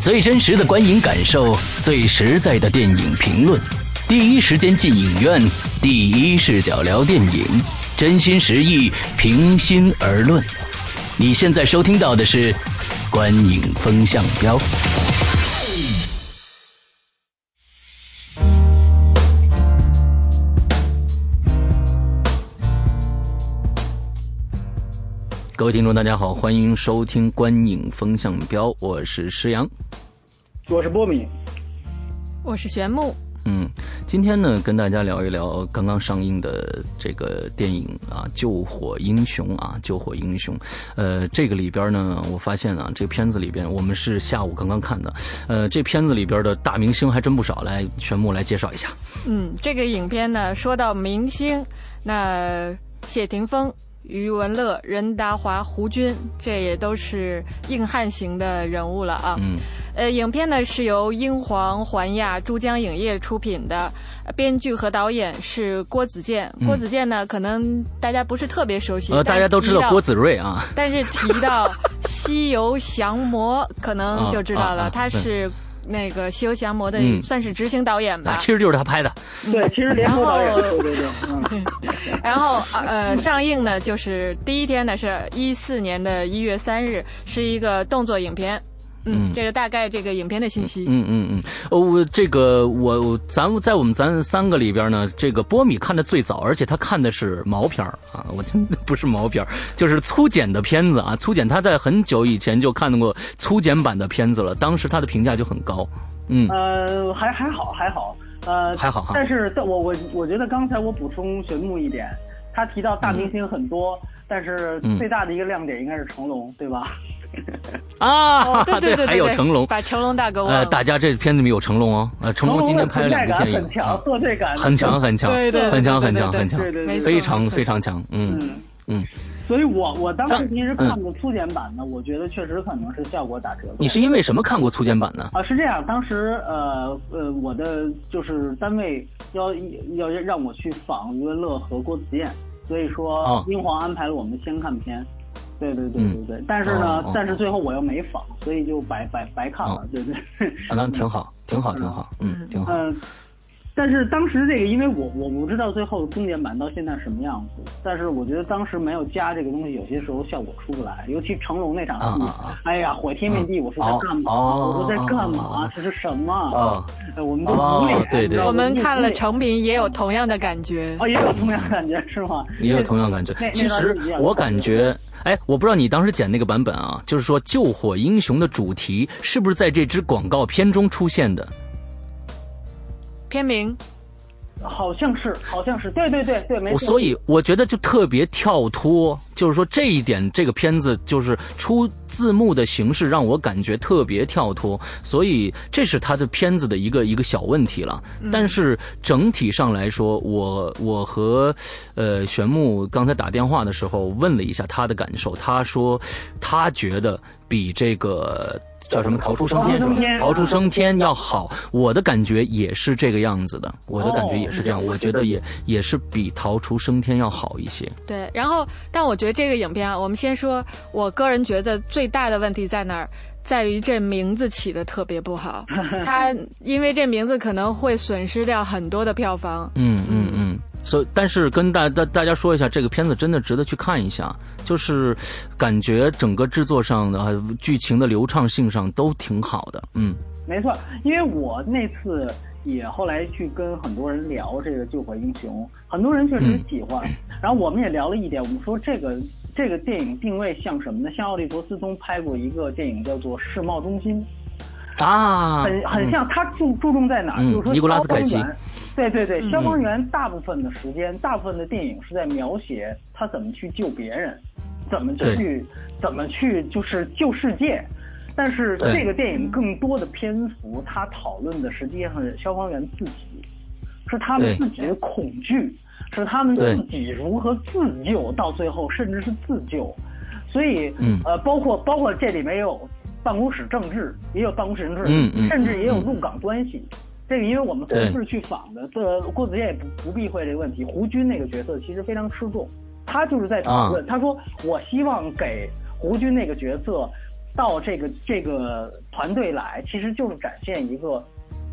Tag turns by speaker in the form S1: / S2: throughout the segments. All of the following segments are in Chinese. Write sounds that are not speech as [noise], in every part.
S1: 最真实的观影感受，最实在的电影评论，第一时间进影院，第一视角聊电影，真心实意，平心而论。你现在收听到的是《观影风向标》。各位听众，大家好，欢迎收听《观影风向标》，我是石阳。
S2: 我是波米，
S3: 我是玄木，
S1: 嗯，今天呢，跟大家聊一聊呃刚刚上映的这个电影啊，《救火英雄》啊，《救火英雄》。呃，这个里边呢，我发现啊，这片子里边我们是下午刚刚看的。呃，这片子里边的大明星还真不少，来，玄牧来介绍一下。
S3: 嗯，这个影片呢，说到明星，那谢霆锋、余文乐、任达华、胡军，这也都是硬汉型的人物了啊。
S1: 嗯
S3: 呃，影片呢是由英皇、环亚、珠江影业出品的，呃编剧和导演是郭子健。郭子健呢，可能大家不是特别熟
S1: 嗯
S3: 悉，
S1: 呃，
S3: 但
S1: 大家都知道
S3: 提到
S1: 郭子瑞啊，
S3: 但是提到《西游降魔》，可能就知道
S1: 啊啊
S3: 了，
S1: 啊
S3: 他是那个《西游降魔》的
S1: 嗯
S3: 算是执行导演吧。
S1: [laughs] 啊，其实就是他拍的。
S2: 对，其实联合导演，对对对，
S1: [laughs]
S2: 嗯，
S3: 然后呃，上映呢就是第一天呢是一四年的一月三日，是一个动作影片。嗯，
S1: 嗯
S3: 这个大概这个影片的信息。
S1: 嗯嗯嗯，哦，我这个我我咱们在我们咱三个里边呢，这个波米看的最早，而且他看的是毛片儿啊，我真的不是毛片儿，就是粗剪的片子啊，粗剪他在很久以前就看过粗剪版的片子了，当时他的评价就很高，
S3: 哦
S1: 嗯，
S2: 呃，还还好还好，呃，
S1: 还好哈
S2: 但是但我我我觉得刚才我补充玄牧一点，他提到大明星很多，但是
S1: 嗯
S2: 最大的一个亮点应该是成龙，对吧？
S1: 啊，
S3: 哦，
S1: [laughs]
S3: 对对对对，
S1: 还有成龙，
S3: 把成龙啊大哥忘
S1: 呃，
S3: 了。
S1: 大家这片子里面有成龙哦，呃，成龙今天拍了两部
S2: 成
S1: 电
S2: 龙的存在感
S1: 影啊
S2: 很，强，作对感
S1: 很强很强，
S3: 对对对
S1: 很强
S3: 对
S1: 很
S3: 对
S1: 强
S3: 对
S1: 很强，
S2: 对对
S3: 没错
S1: 非常
S3: 没错
S1: 非常强，嗯
S2: 嗯。
S1: 嗯，
S2: 所以我我当时其实看过粗剪版的，我觉得确实可能是效果打折扣。
S1: 你是因为什么看过粗剪版呢？
S2: 啊，是这样，当时呃呃，我的就是单位要要让我去访余文乐和郭子健，所以
S1: 哦
S2: 说英皇安排了我们先看片。对对对对对，但是呢，
S1: 哦哦
S2: 但是最后我又没访，所以就白白白看了。
S1: 哦
S2: 对对，
S1: 啊，那挺好，挺好，挺好，嗯，挺好。
S3: 呃
S2: 嗯、但是当时这个，因为我我不知道最后终点版到现在什么样子，但是我觉得当时没有加这个东西，有些时候效果出不来，尤其成龙那场戏，
S1: 啊啊啊
S2: 哎呀，毁天灭地，我说在干嘛？
S1: 哦
S2: 我说在干嘛？
S1: 哦
S2: 这是什么？
S1: 哦
S2: 哎我们都无脸，
S1: 哦对对
S2: 你知道吗
S3: 我们看了。
S2: 无脸
S3: 成品也有同样的感觉。
S2: 哦，也有同样感觉是吗？
S1: 也有同样感觉
S2: 那。
S1: 其实我感，觉，哎，我不知道你当时剪那个版本啊，就是说《救火英雄》的主题是不是在这支广告片中出现的？
S3: 片名
S2: 那好像是，好像是，对对对对，没
S1: 我
S2: 错。
S1: 所以我觉得就特别跳脱，就是说这一点，这个片子就是出字幕的形式让我感觉特别跳脱，所以这是他的片子的一个一个小问题了。但是整体上来说，我我和呃玄牧刚才打电话的时候问了一下他的感受，他说他觉得比这个。叫什么？逃出升天是
S2: 逃出升
S1: 吧？
S2: 天
S1: 逃出升天要好，我的感觉也是这个样子的，我的感觉
S2: 哦
S1: 也是这样，我觉得也也是比逃出升天要好一些。
S3: 对，然后，但我觉得这个影片啊，我们先说，我个人觉得最大的问题在哪儿，在于这名字起的特别不好，
S1: [laughs]
S3: 它因为这名字可能会损失掉很多的票房。
S1: 嗯嗯嗯。所以，但是跟大大大家说一下，这个片子真的值得去看一下，就是感觉整个制作上的、呃剧情的流畅性上都挺好的。嗯
S2: 没错，因为我那次也后来去跟很多人聊这个《救火英雄》，很多人确实喜欢。然后我们也聊了一点，我们说这个这个电影定位像什么呢？像奥利弗·斯通拍过一个电影叫做《世贸中心》，
S1: 啊，
S2: 很很像他注注重在哪儿？
S1: 嗯
S2: 就是说
S1: 尼古拉斯
S2: 消防
S1: 凯奇
S2: 员对对对，
S3: 嗯
S2: 消防员大部分的时间，大部分的电影是在描写他怎么去救别人，怎么
S1: 对
S2: 去怎么去就是救世界。但是
S1: 对
S2: 这个电影更多的篇幅，他讨论的实际上是消防员自己，是他们
S1: 对
S2: 自己的恐惧，是他们
S1: 对
S2: 自己如何自救，到最后甚至是自救。所以，
S1: 嗯
S2: 呃，包括包括这里面也有办公室政治，也有办公室政治，
S1: 嗯嗯
S2: 甚至也有陆港关系。这个因为我们同
S1: 对
S2: 事去访的，这郭子健也不不避讳这个问题。胡军那个角色其实非常
S1: 啊
S2: 吃重，他就是在讨论，他说我希望给胡军那个角色到这个这个团队来，其实就是展现一个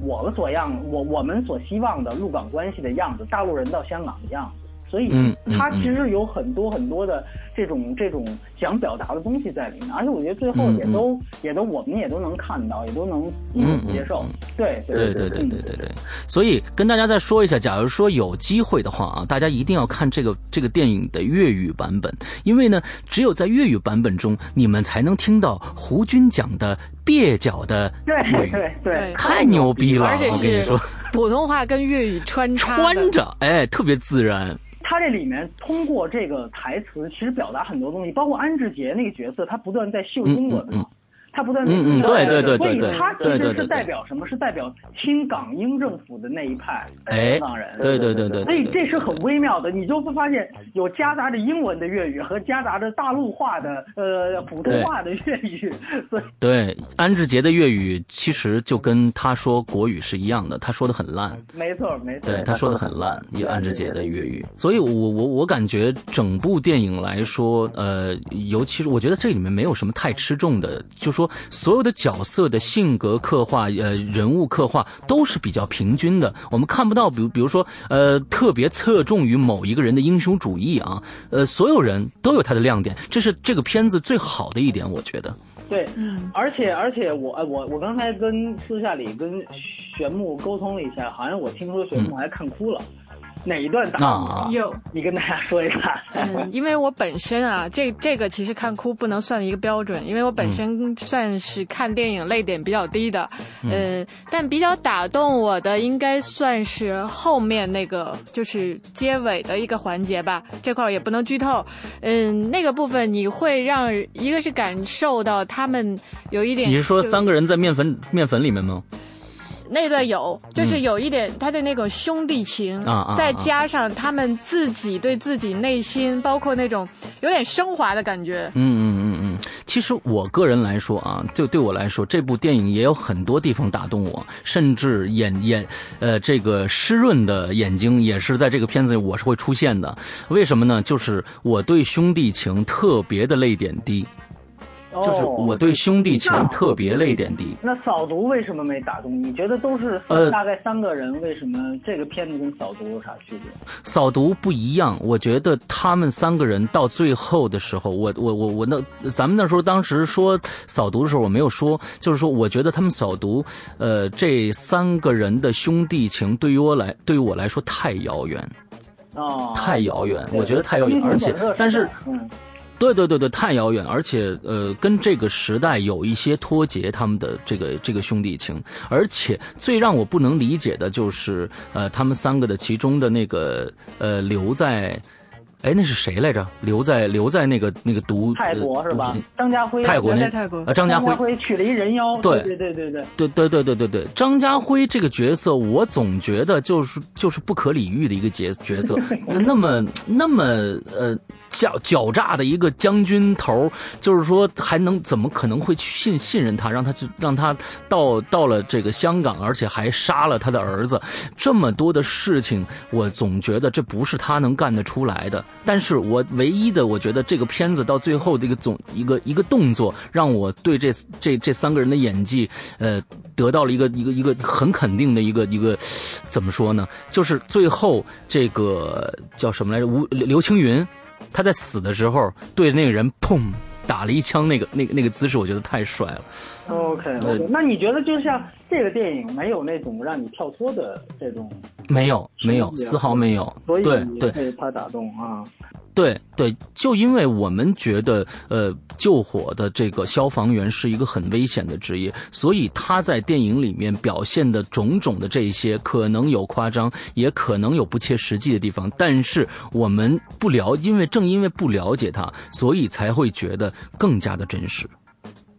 S2: 我们所样，我我们所希望的陆港关系的样子，大陆人到香港的样子。所以
S1: 嗯嗯
S2: 它其实有很多很多的这种这种想表达的东西在里面，而且我觉得最后
S1: 嗯
S2: 也都也都我们也都能看到，也都能
S1: 嗯嗯
S2: 接受。对
S1: 对
S2: 对
S1: 对对对
S2: 嗯
S1: 对对，所以跟大家再说一下，假如说有机会的话啊，大家一定要看这个这个电影的粤语版本，因为呢，只有在粤语版本中，你们才能听到胡军讲的蹩脚 [laughs] 的粤
S2: 对
S1: 语，
S2: 对对
S1: 嗯
S3: 对，
S1: 太牛逼了！
S3: 而且
S1: 我跟你
S3: 是
S1: 说，
S3: 普通话跟粤语穿插的
S1: 穿着哎，特别自然。
S2: 他这里面通过这个台词，其实表达很多东西，包括安志杰那个角色，他不断在秀英文
S1: 嗯嗯
S2: 嘛，他不断在
S1: 嗯嗯
S2: 秀英文
S1: 对对对
S2: 所以
S1: 对对
S2: 他其
S1: 对对对
S2: 实
S1: 对
S2: 是代表什么？是代表亲港英政府的那一派
S1: 哎
S2: 香港人。
S1: 对对对对对
S2: 所以这是很微妙的，你就会发现有夹杂着英文的粤语和夹杂着大陆话的呃普通话的粤语，所以
S1: 对，安志杰的粤语其实就跟他说国语是一样的，他说的很烂。
S2: 没错没错。
S1: 对，他说的很烂，也安志杰的粤语。所以我我我感觉整部电影来说，呃，尤其是我觉得这里面没有什么太吃重的，就说所有的角色的性格刻画，呃，人物刻画都是比较平均的。我们看不到，比如比如说，呃，特别侧重于某一个人的英雄主义啊，呃，所有人都有他的亮点，这是这个片子最好的一点，我觉得。
S2: 对，
S3: 嗯
S2: 而且而且我呃我我刚才跟私下里跟玄牧沟通了一下，好像我听说玄牧还看哭了，哪一段打动你了
S1: 嗯啊
S3: 有。
S2: 你跟大家说一下。
S3: 嗯，因为我本身啊， [laughs] 这这个其实看哭不能算一个标准，因为我本身算是看电影泪点比较低的，
S1: 嗯
S3: 呃，但比较打动我的应该算是后面那个就是结尾的一个环节吧，这块儿也不能剧透，嗯，那个部分你会让一个是感受到他们有一点，
S1: 你是说三个人在面粉面粉里面吗？
S3: 那段有，就是有一点他的那种兄弟情，
S1: 嗯啊啊
S3: 再加上他们自己对自己内心，包括那种有点升华的感觉。
S1: 嗯嗯嗯嗯，其实我个人来说啊，就对我来说，这部电影也有很多地方打动我，甚至眼眼呃这个湿润的眼睛也是在这个片子里我是会出现的。为什么呢？就是我对兄弟情特别的泪点低， [laughs] 就是我对兄弟情特别泪点低。
S2: 哦那扫毒为什么没打动你？你觉得都是
S1: 呃
S2: 大概三个人，为什么这个片子跟扫毒有啥区别？
S1: 扫毒不一样，我觉得他们三个人到最后的时候，我我我我那咱们那时候当时说扫毒的时候，我没有说，就是说我觉得他们扫毒，呃，这三个人的兄弟情对于我来对于我来说太遥远，
S2: 哦，
S1: 太遥远，
S2: 对
S1: 我觉得太遥远，而且但是。
S2: 嗯，
S1: 对对对对，太遥远，而且呃，跟这个时代有一些脱节，他们的这个这个兄弟情，而且最让我不能理解的就是呃，他们三个的其中的那个呃，留在，哎，那是谁来着？留在留在那个那个毒
S2: 泰国是吧
S1: 呃毒？
S2: 张家辉，
S1: 泰国
S3: 留
S1: 那
S3: 在泰国
S1: 呃张家
S2: 张
S1: 辉
S2: 家辉娶了一人妖，
S1: 对
S2: 对对对对，
S1: 对对对对对对，张家辉这个角色，我总觉得就是就是不可理喻的一个角角色，那么那么呃狡狡诈的一个将军头儿，就是说还能怎么可能会去信信任他，让他去让他到到了这个香港，而且还杀了他的儿子，这么多的事情，我总觉得这不是他能干得出来的。但是我唯一的，我觉得这个片子到最后这个总一个一个动作，让我对这这这三个人的演技，呃，得到了一个一个一个很肯定的一个一个，怎么说呢？就是最后这个叫什么来着？吴刘刘青云，他在死的时候对那个人砰打了一枪，那个那个那个姿势，我觉得太帅了。
S2: OK，
S1: 呃
S2: OK，那你觉得就像这个电影没有那种让你跳脱的这种，
S1: 没有，没有，
S2: 是的
S1: 丝毫没有。
S2: 所以
S1: 对
S2: 你
S1: 对，
S2: 被他打动啊？
S1: 对对，就因为我们觉得，呃，救火的这个消防员是一个很危险的职业，所以他在电影里面表现的种种的这些，可能有夸张，也可能有不切实际的地方，但是我们不了，因为正因为不了解他，所以才会觉得更加的真实。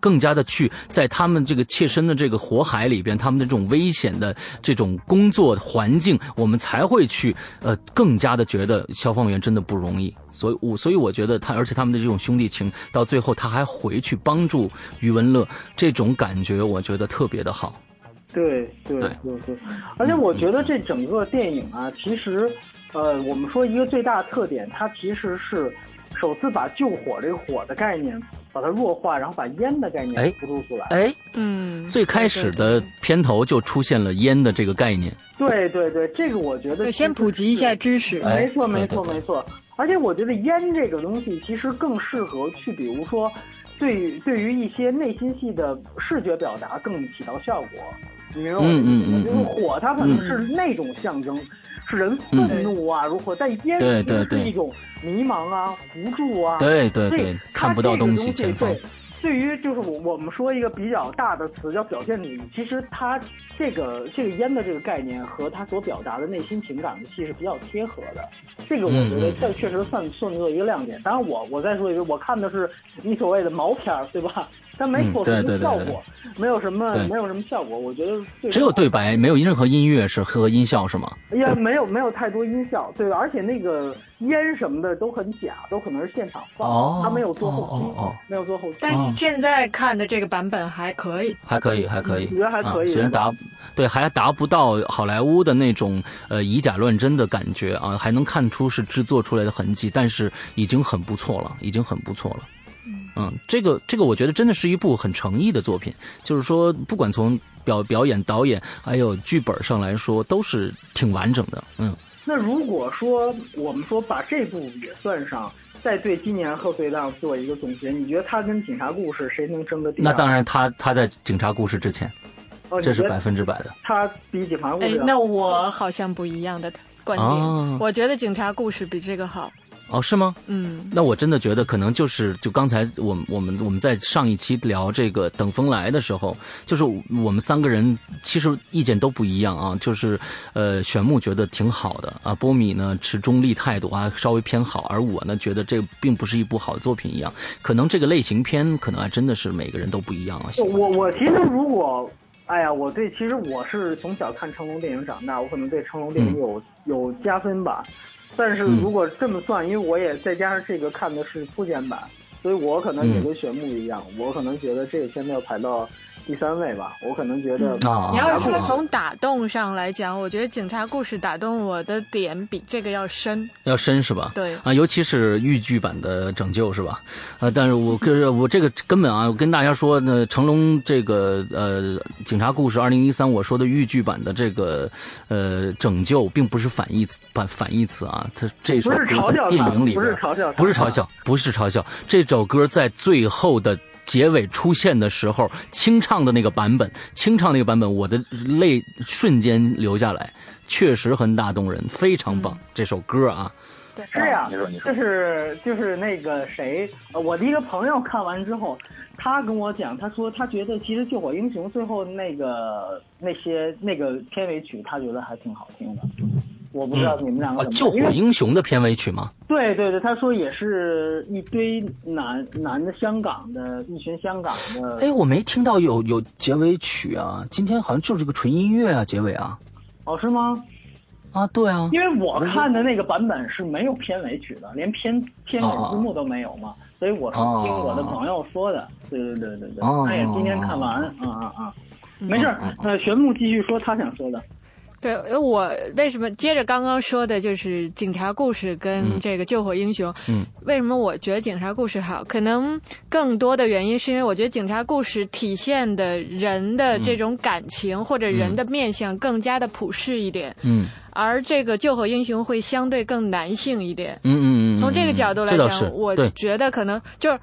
S1: 更加的去呃在他们这个切身的这个火海里边，他们的这种危险的这种工作环境，我们才会去呃更加的觉得消防员真的不容易。所以我所以我觉得他，而且他们的这种兄弟情，到最后他还回去帮助余文乐，这种感觉我觉得特别的好。
S2: 对对
S1: 对
S2: 对对，而且我觉得这整个电影啊，其实，呃，我们说一个最大的特点，它其实是首次把救火这个火的概念把它弱化，然后把烟的概念
S1: 哎
S2: 突出出来。
S1: 哎，
S3: 嗯，
S1: 最开始的片头就出现了烟的这个概念，
S2: 对对对，这个我觉得
S3: 对，先
S2: 其实
S3: 普及一
S2: 是
S3: 下知识。
S1: 哎
S2: 没错，
S1: 对
S2: 没错，
S1: 对对
S2: 没错。而且我觉得烟这个东西其实更适合去，比如说，对于对于一些内心戏的视觉表达更起到效果。你明白我的
S1: 嗯
S2: 意思
S1: 嗯
S2: 吗？
S1: 嗯
S2: 就是
S1: 嗯
S2: 火，它可能是那种象征，是人愤怒啊，如何？但烟
S1: 对
S2: 其实
S1: 对对
S2: 是一种迷茫啊、无助啊，
S1: 对对
S2: 所以
S1: 对，
S2: 它
S1: 看不到
S2: 这个东
S1: 西前方
S2: 对，对于就是我我们说一个比较大的词叫表现主义，其实它这个这个烟的这个概念和它所表达的内心情感的戏是比较贴合的。这个我觉
S1: 嗯
S2: 得
S1: 嗯
S2: 这确实算算作一个亮点。当然我我再说一句，我看的是你所谓的毛片儿，对吧？但没
S1: 嗯
S2: 有
S1: 对
S2: 什
S1: 对
S2: 么
S1: 对
S2: 效
S1: 对
S2: 果，没有什么
S1: 对
S2: 没有什么效果。我觉得最
S1: 只有
S2: 好
S1: 对白，没有任何音乐是和音效是吗？
S2: 也没有没有太多音效，对吧？而且那个烟什么的都很假，都可能是现场放，
S1: 哦
S2: 他没有做后期，
S1: 哦哦哦
S2: 没有做后期。
S3: 但是现在看的这个版本还可以，
S1: 还可以，还可以，
S2: 嗯觉得还可以
S1: 啊、虽然达对还达不到好莱坞的那种呃以假乱真的感觉啊，还能看出是制作出来的痕迹，但是已经很不错了，已经很不错了。嗯，这个这个，我觉得真的是一部很诚意的作品，就是说，不管从表表演、导演还有剧本上来说，都是挺完整的。嗯，
S2: 那如果说我们说把这部也算上，再对今年贺岁档做一个总结，你觉得它跟《警察故事》谁能争个第二？
S1: 那当然他，他在《警察故事》之前，
S2: 哦，
S1: 这
S2: 你
S1: 是
S2: 觉
S1: 百
S2: 得
S1: 分之百的。
S2: 它比《警察故
S1: 啊
S3: 哎
S2: 事》，
S3: 那我好像不一样的观点，
S1: 哦
S3: 我觉得警察故事比这个好。
S1: 哦，是吗？
S3: 嗯，
S1: 那我真的觉得可能就是就刚才我们我们我们在上一期聊这个等风来的时候，就是我们三个人其实意见都不一样啊，就是呃玄牧觉得挺好的啊，波米呢持中立态度啊，稍微偏好，而我呢觉得这并不是一部好作品一样，可能这个类型片可能还真的是每个人都不一样啊，喜欢
S2: 我我其实如果，哎呀，我对其实我是从小看成龙电影长大，我可能对成龙电影
S1: 嗯
S2: 有、有加分吧。但是
S1: 嗯
S2: 如果这么算，因为我也再加上这个看的是粗剪版，所以我可
S1: 嗯
S2: 能也跟玄牧一样，我可能觉得这个片子要排到第三位吧。我可能觉得、
S1: 嗯啊
S3: 你要是
S1: 啊
S3: 说
S1: 啊
S3: 从打动上来讲，我觉得警察故事打动我的点比这个要深。
S1: 要深是吧？
S3: 对
S1: 啊，尤其是豫剧版的《拯救》是吧？呃，但是我个我这个根本啊，我跟大家说，那成龙这个呃《警察故事》二零一三，我说的豫剧版的这个呃《拯救》，并不是反义词反反义词啊，它这首
S2: 不是
S1: 歌
S2: 嘲
S1: 在
S2: 笑
S1: 电
S2: 他，
S1: 影里
S2: 不是
S1: 边
S2: 嘲笑他，
S1: 不是嘲笑，不是嘲笑，这首歌在最后的。结尾出现的时候，清唱的那个版本，清唱那个版本，我的泪瞬间流下来，确实很打动人，非常
S2: 嗯
S1: 棒。这首歌啊，
S3: 对，
S2: 是呀、
S4: 啊你说你说
S2: 就是就是那个谁，呃我的一个朋友看完之后，他跟我讲，他说他觉得其实《救火英雄》最后那个那些那个片尾曲，他觉得还挺好听的。我不知道你们两个
S1: 啊，
S2: 怎么
S1: 救
S2: 样、
S1: 火
S2: 因为
S1: 英雄的片尾曲吗？
S2: 对对对，他说也是一堆男男的香港的，一群香港的。
S1: 哎，我没听到有有结尾曲啊，今天好像就是个纯音乐啊，结尾啊，
S2: 哦，是吗？
S1: 啊，对
S3: 哦
S1: 啊，
S2: 因为我看的那个版本是没有片尾曲的，连片片尾
S3: 哦
S2: 字幕都没有嘛，所以我是听我的朋友说的。对对对对对，
S1: 哦
S2: 他也是今天看完，啊啊啊，
S3: 嗯
S2: 没事儿。呃，玄牧继续说他想说的。
S3: 对，呃我为什么接着刚刚说的就是警察故事跟这个救火英雄？
S1: 嗯，
S3: 为什么我觉得警察故事好？可能更多的原因是因为我觉得警察故事体现的人
S1: 嗯
S3: 的这种感情或者人的面相更加的普世一点，
S1: 嗯
S3: 而这个救火英雄会相对更男性一点。
S1: 嗯嗯嗯，
S3: 从这个角度来
S1: 这
S3: 讲
S1: 倒，是
S3: 我
S1: 对，
S3: 觉得可能就是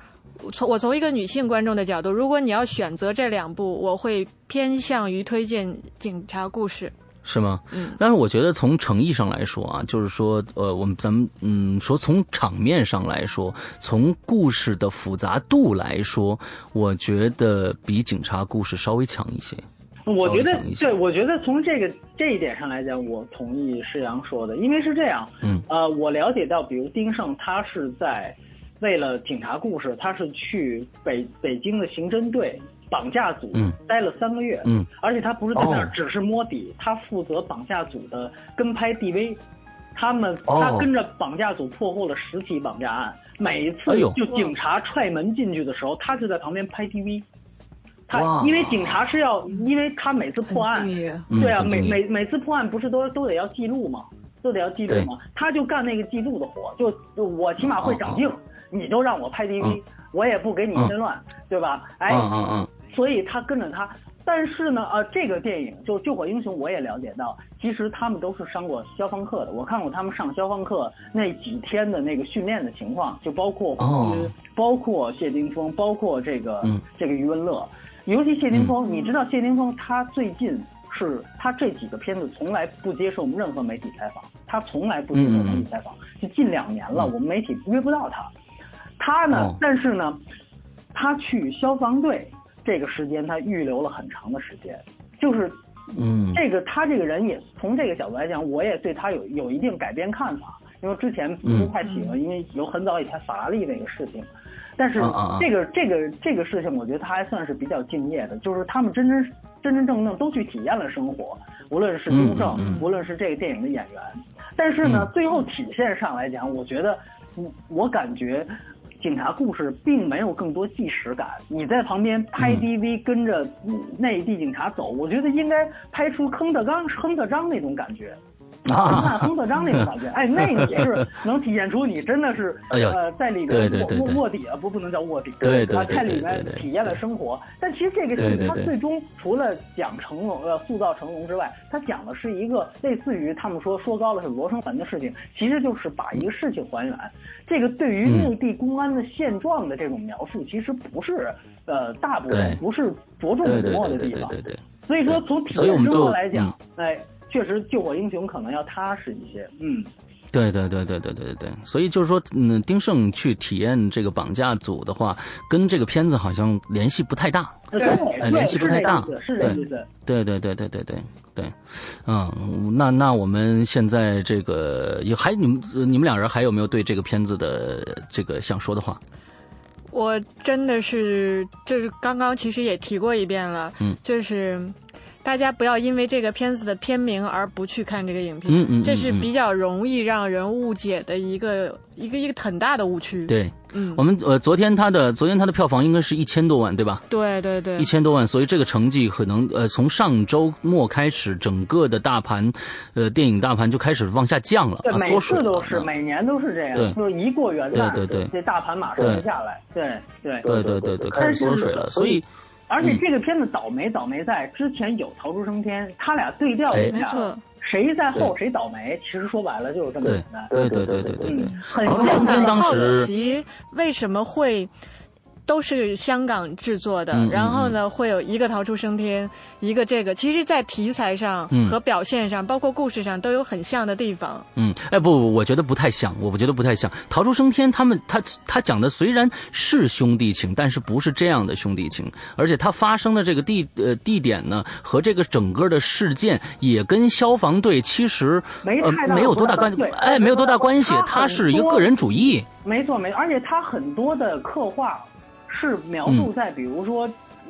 S3: 从我从一个女性观众的角度，如果你要选择这两部，我会偏向于推荐《警察故事》。
S1: 是吗？
S3: 嗯
S1: 但是我觉得从诚意上来说啊，就是说，呃，我们咱们嗯说从场面上来说，从故事的复杂度来说，我觉得比警察故事稍微强一些。
S2: 我觉
S1: 稍微
S2: 得
S1: 想一，下
S2: 对，我觉得从这个这一点上来讲，我同意施阳说的，因为是这样，
S1: 嗯，
S2: 呃，我了解到，比如丁晟他是在为了警察故事，他是去北北京的刑侦队绑架组、
S1: 嗯
S2: 待了三个月，
S1: 嗯，
S2: 而且他不是在那儿
S1: 哦
S2: 只是摸底，他负责绑架组的跟拍 DV。他们，
S1: 哦
S2: 他跟着绑架组破获了十起绑架案，每一次
S1: 哎呦
S2: 就警察踹门进去的时候，他就在旁边拍 DV。
S1: 哇
S2: 他因为警察是要，因为他每次破案，
S3: 很敬业
S1: 嗯
S2: 对啊，
S1: 很
S2: 每
S1: 敬业
S2: 每每次破案不是都都得要记录吗？就得要记录嘛。他就干那个记录的活，就就我起码会长镜，你就让我拍 DV，我也不给你添乱，对吧？哎，
S1: 嗯嗯嗯，
S2: 所以他跟着他。但是呢，呃，这个电影就《救火英雄》，我也了解到，其实他们都是上过消防课的。我看过他们上消防课那几天的那个训练的情况，就包括胡军、
S1: 哦
S2: 包括谢霆锋，包括这个、
S1: 嗯
S2: 这个余文乐。尤其谢霆锋，你知道谢霆锋他最近是他这几个片子从来不接受任何媒体采访，他从来不接受媒体采访，就近两年了，
S1: 嗯
S2: 我们媒体约不到他。他呢，
S1: 哦
S2: 但是呢，他去消防队这个时间他预留了很长的时间，就是
S1: 嗯
S2: 这个他这个人也从这个角度来讲，我也对他有有一定改变看法，因为之前不
S1: 嗯
S2: 是太喜欢，因为有很早以前法拉利那个事情，但是
S1: 啊啊啊
S2: 这个这个这个事情，我觉得他还算是比较敬业的，就是他们真真真真正正都去体验了生活，无论是雍正
S1: 嗯嗯嗯，嗯
S2: 无论是这个电影的演员，但是呢，最后体现上来讲，我觉得，嗯我感觉。警察故事并没有更多纪实感，你在旁边拍
S1: 嗯
S2: DV 跟着内地警察走，我觉得应该拍出亨特刚、亨特章那种感觉， [laughs] 看
S1: 啊，
S2: 亨特
S1: [laughs]
S2: 章那种感觉，哎，那也是能体现出你真的是
S1: 哎呦
S2: 呃在里
S1: 对
S2: 边
S1: 对对
S2: 卧
S1: 对
S2: 卧底啊，不不能叫卧底，
S1: 对对
S2: 吧
S1: 对
S2: 在
S1: 对
S2: 里面
S1: 对对
S2: 体验了生活。但其实这个
S1: 对
S2: 戏
S1: 对
S2: 它
S1: 对
S2: 最终除了讲成龙呃塑造成龙之外，它讲的是一个类似于他们说说高了是罗生门的事情，其实就是把一个事情还原。这个对于
S1: 嗯
S2: 内地公安的现状的这种描述，其实不是呃大部分
S1: 对
S2: 不是着重
S1: 对对
S2: 笔墨
S1: 对
S2: 的
S1: 对
S2: 地
S1: 对
S2: 方。
S1: 对对，
S2: 所以说从体
S1: 所以我
S2: 验
S1: 们
S2: 生活
S1: 就嗯
S2: 来讲，哎，确实救火英雄可能要踏实一些。嗯，
S1: 对对对对对对对对，所以就是说，嗯，丁晟去体验这个绑架组的话，跟这个片子好像联系不太大。
S2: 对
S1: 哎
S2: 对，
S1: 联系
S2: 是
S1: 不太
S2: 这
S1: 大
S2: 意思，是这
S1: 对啊
S2: 意思。
S1: 对对对对对对对，嗯，那那我们现在这个有还你们呃你们两人还有没有对这个片子的呃这个想说的话？
S3: 我真的是，就是刚刚其实也提过一遍了，
S1: 嗯
S3: 就是大家不要因为这个片子的片名而不去看这个影片，
S1: 嗯嗯，嗯
S3: 这是
S1: 嗯
S3: 比较容易让人误解的一个一个一个很大的误区。，
S1: 对
S3: 嗯
S1: 我，们呃昨天它的昨天它的票房应该是一千多万对吧？
S3: 对对对
S2: 嗯
S1: 一，千多万，所以这个成绩可能呃从上周末开始，整个的大盘呃电影大盘就开始往下降了，
S2: 对，
S1: 啊、
S2: 每
S1: 缩水
S2: 次都
S1: 了
S2: 是，
S1: 嗯
S2: 每年都是这
S1: 对
S2: 样，就是一过元旦，
S1: 对对对
S2: 这大盘马上就下来。对对。
S1: 对嗯对对对，开
S2: 但
S1: 始
S2: 是
S1: 缩水了，所以
S2: 而且这个片子倒霉倒霉在之前有逃出升天，他俩对调一
S1: 哎
S3: 没
S2: 下，
S3: 错，
S2: 谁在后谁倒霉。其实说白了就是这么
S1: 对
S2: 简单。
S1: 对对对对对对
S2: 嗯，，很
S1: 逃出
S2: 像
S1: 升
S2: 那
S1: 天
S2: 个
S1: 当
S3: 好
S1: 时
S3: 奇为什么会都是香港制作的，
S1: 嗯嗯
S3: 然后呢会有一个逃出升天，一个这个，其实，在题材上
S1: 嗯
S3: 和表现上，包括故事上都有很像的地方。
S1: 嗯，哎不不，我觉得不太像，我觉得不太像。逃出升天，他们他他讲的虽然是兄弟情，但是不是这样的兄弟情，而且它发生的这个地呃地点呢，和这个整个的事件也跟消防队其实
S2: 没
S1: 呃
S2: 太大
S1: 没有多大关
S2: 对
S1: 哎没有多大关系
S2: 它，很
S1: 它是一个
S2: 多
S1: 个人主义，
S2: 没错，没错，而且他很多的刻画是描述
S1: 嗯
S2: 在，比如说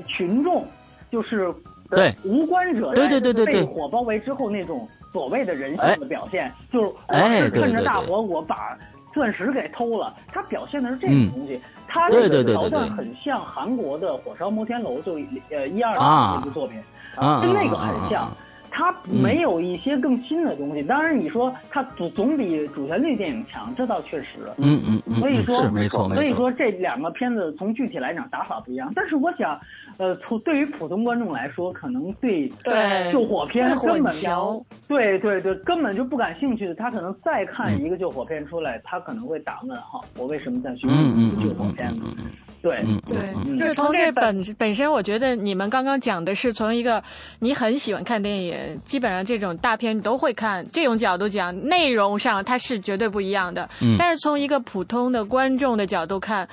S2: 群众，就是呃
S1: 对
S2: 无关者
S1: 对对对对对
S2: 被火包围之后那种所谓的人性的表现，就是我
S1: 哎
S2: 是
S1: 对
S2: 趁着
S1: 对
S2: 大
S1: 对
S2: 火我把钻石给偷了，他表现的是这种
S1: 嗯
S2: 东西，他
S1: 对对
S2: 这个
S1: 对
S2: 桥
S1: 对
S2: 段
S1: 对
S2: 很像韩国的《火烧摩天楼》，就呃一二
S1: 啊
S2: 年的一部作品，
S1: 啊
S2: 跟那个
S1: 啊啊
S2: 很
S1: 啊
S2: 像。
S1: 啊嗯
S2: 它没有一些更新的东西，当然你说它总总比主旋律电影强，这倒确实。
S1: 嗯嗯嗯，
S2: 所以
S1: 嗯
S2: 说
S1: 是没错
S2: 所
S1: 没
S2: 以
S1: 错，
S2: 说这两个片子从具体来讲打法不一样，但是我想，呃，从对于普通观众来说，可能对
S3: 对
S2: 救火片
S3: 会
S2: 根
S3: 混
S2: 本
S3: 淆
S2: 对对对根本就不感兴趣的，他可能再看一个救火片出来，他可能会打问号，我为什么再去看
S1: 嗯嗯
S2: 一个救
S1: 嗯
S2: 火
S1: 嗯
S2: 片
S1: 嗯
S2: 呢？
S1: 嗯嗯
S2: 对，
S1: 嗯嗯
S3: 对，
S1: 嗯，
S3: 就是从这本本身，我觉得你们刚刚讲的是从一个你很喜欢看电影，基本上这种大片你都会看，这种角度讲，内容上它是绝对不一样的。
S1: 嗯
S3: 但是从一个普通的观众的角度看，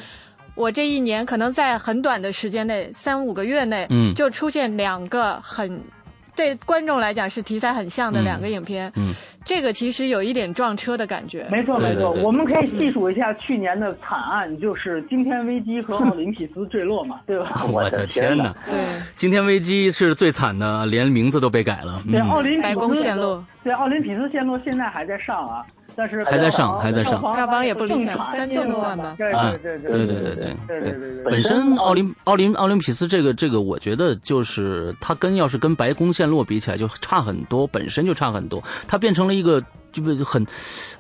S3: 我这一年可能在很短的时间内，三五个月内，
S1: 嗯
S3: 就出现两个很。对观众来讲是题材很像的两个影片，
S1: 嗯嗯
S3: 这个其实有一点撞车的感觉。
S2: 没错
S1: 对
S2: 没
S1: 对
S2: 错，
S1: 对
S2: 我们可以细数一下去年的惨案，就是惊天危机和奥林匹斯坠落嘛，对吧？
S1: [laughs] 我的天哪！
S3: 对，
S1: 今天危机是最惨的，连名字都被改了。
S2: 对，
S1: 嗯
S2: 奥林匹斯
S3: 白宫线路，
S2: 对，奥林匹斯线路现在还在上啊，但是
S1: 还在上还在上
S3: 票房也不理
S2: 正
S3: 想
S2: 常
S3: 3000多万吧
S2: 对
S1: 啊
S2: 对
S1: 对对对
S2: 对对
S1: 对
S2: 对对对对。
S1: 本身奥林奥林奥林匹斯这个这个，我觉得就是它跟要是跟白宫线路比起来就差很多，本身就差很多，它变成了一个。这不很，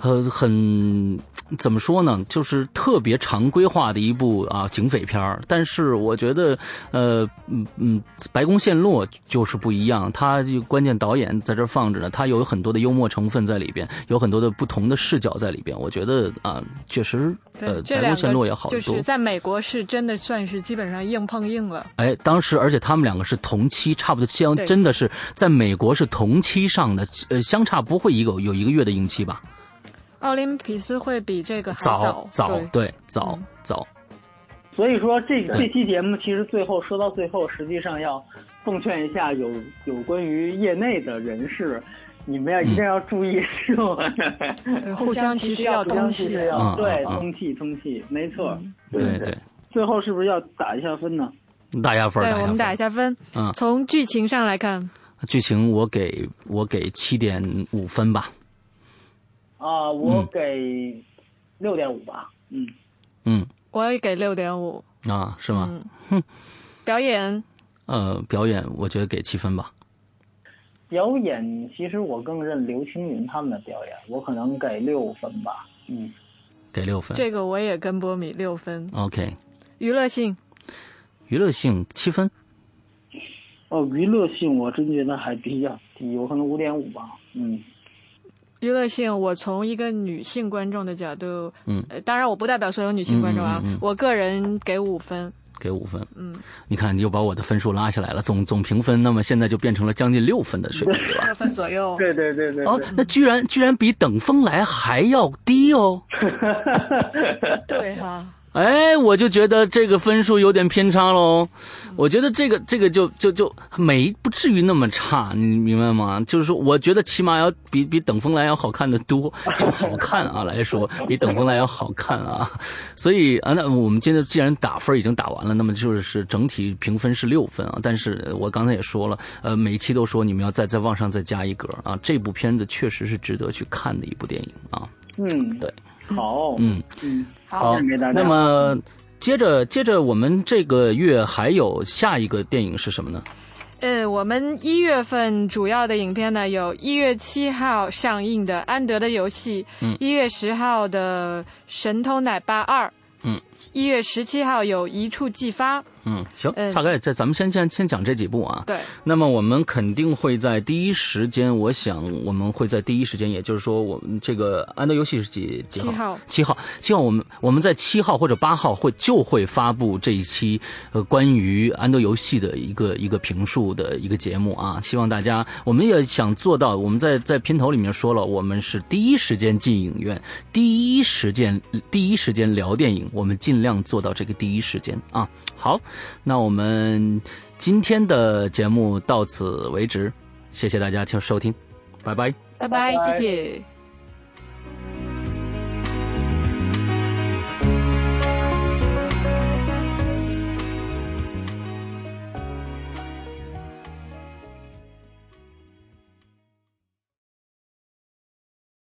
S1: 呃，很怎么说呢？就是特别常规化的一部啊警匪片儿但是我觉得，呃，嗯嗯，《白宫陷落》就是不一样，它就关键导演在这儿放着呢，它有很多的幽默成分在里边，有很多的不同的视角在里边。我觉得啊，确实，呃，《
S3: 这
S1: 白宫
S3: 两
S1: 陷落》也
S3: 个
S1: 好
S3: 就
S1: 得多
S3: 是。在美国是真的算是基本上硬碰硬了。
S1: 哎，当时而且他们两个是同期，差不多相
S3: 对
S1: 真的是在美国是同期上的，呃，相差不会一个有一个月的硬期吧？
S3: 奥林匹斯会比这个还
S1: 早
S3: 早对
S1: 对早、
S3: 嗯
S1: 早，
S2: 所以说这这
S1: 对
S2: 期节目其实最后说到最后，实际上要奉劝一下有有关于业内的人士，你们要
S1: 嗯
S2: 一定要注意这种、 [laughs]
S3: 对互相其实要啊
S2: 互相
S3: 珍
S2: 其
S3: 惜
S2: 实要
S1: 嗯
S2: 对
S1: 嗯嗯
S2: 通气通气，没错。
S3: 嗯
S1: 对对，
S2: 最后是不是要打一下分呢？
S1: 打压分儿，
S3: 对，我们
S1: 分
S3: 打
S1: 儿
S3: 一下分。
S1: 嗯
S3: 从剧情上来看，
S1: 剧情我给我给七点五分吧，
S2: 啊，我
S1: 嗯
S2: 给六点五吧。嗯，
S1: 嗯
S3: 我也给六点五。
S1: 啊是吗？
S3: 嗯，表演
S1: 呃，表演我觉得给七分吧，
S2: 表演其实我更认刘青云他们的表演，我可能给六分吧。嗯，
S1: 给六分。
S3: 这个我也跟波米六分。
S1: OK，
S3: 娱乐性
S1: 娱乐性七分，
S2: 哦，娱乐性我真觉得还比较低，我可能五点五吧。嗯。
S3: 娱乐性，我从一个女性观众的角度，
S1: 嗯
S3: 呃，当然我不代表所有女性观众啊，
S1: 嗯嗯嗯嗯
S3: 我个人给五分，
S1: 给五分。
S3: 嗯，
S1: 你看你又把我的分数拉下来了，总总评分，那么现在就变成了将近六分的水平，对吧？
S3: 六分左右。
S2: 对对对对
S1: 哦，那居然居然比等风来还要低哦！
S2: 对，
S3: 对哈、
S1: 哎，我就觉得这个分数有点偏差喽。我觉得这个这个就就就没不至于那么差，你明白吗？就是说，我觉得起码要比比等风来要好看的多，就好看啊来说，比等风来要好看啊。所以啊，那我们今天既然打分已经打完了，那么就是是整体评分是六分啊。但是我刚才也说了，呃，每一期都说你们要再再往上再加一格啊。这部片子确实是值得去看的一部电影啊。
S2: 嗯，
S1: 对，
S2: 好，
S1: 嗯。
S2: 嗯，
S3: 好
S2: 献给大家。
S1: 那么接着接着，我们这个月还有下一个电影是什么呢？
S3: 呃，我们一月份主要的影片呢，有一月七号上映的《安德的游戏》，
S2: 嗯
S3: 一、月十号的《神偷奶爸二》，
S1: 嗯，
S3: 一月十七号有《一触即发》，
S1: 嗯，行，
S2: 呃
S3: 嗯
S1: 大概在咱们先先先讲这几部啊。
S3: 对，
S1: 那么我们肯定会在第一时间，我想我们会在第一时间，也就是说，我们这个安德游戏是几几号？
S3: 七号
S1: 七号，七号，我们我们在七号或者八号会就会发布这一期呃关于安德游戏的一个一个评述的一个节目啊，希望大家我们也想做到，我们在在片头里面说了，我们是第一时间进影院，第一时间第一时间聊电影，我们尽量做到这个第一时间啊。好，那我们今天的节目到此为止，谢谢大家听收听，拜拜。
S3: 拜拜，
S2: 拜拜
S3: 谢谢。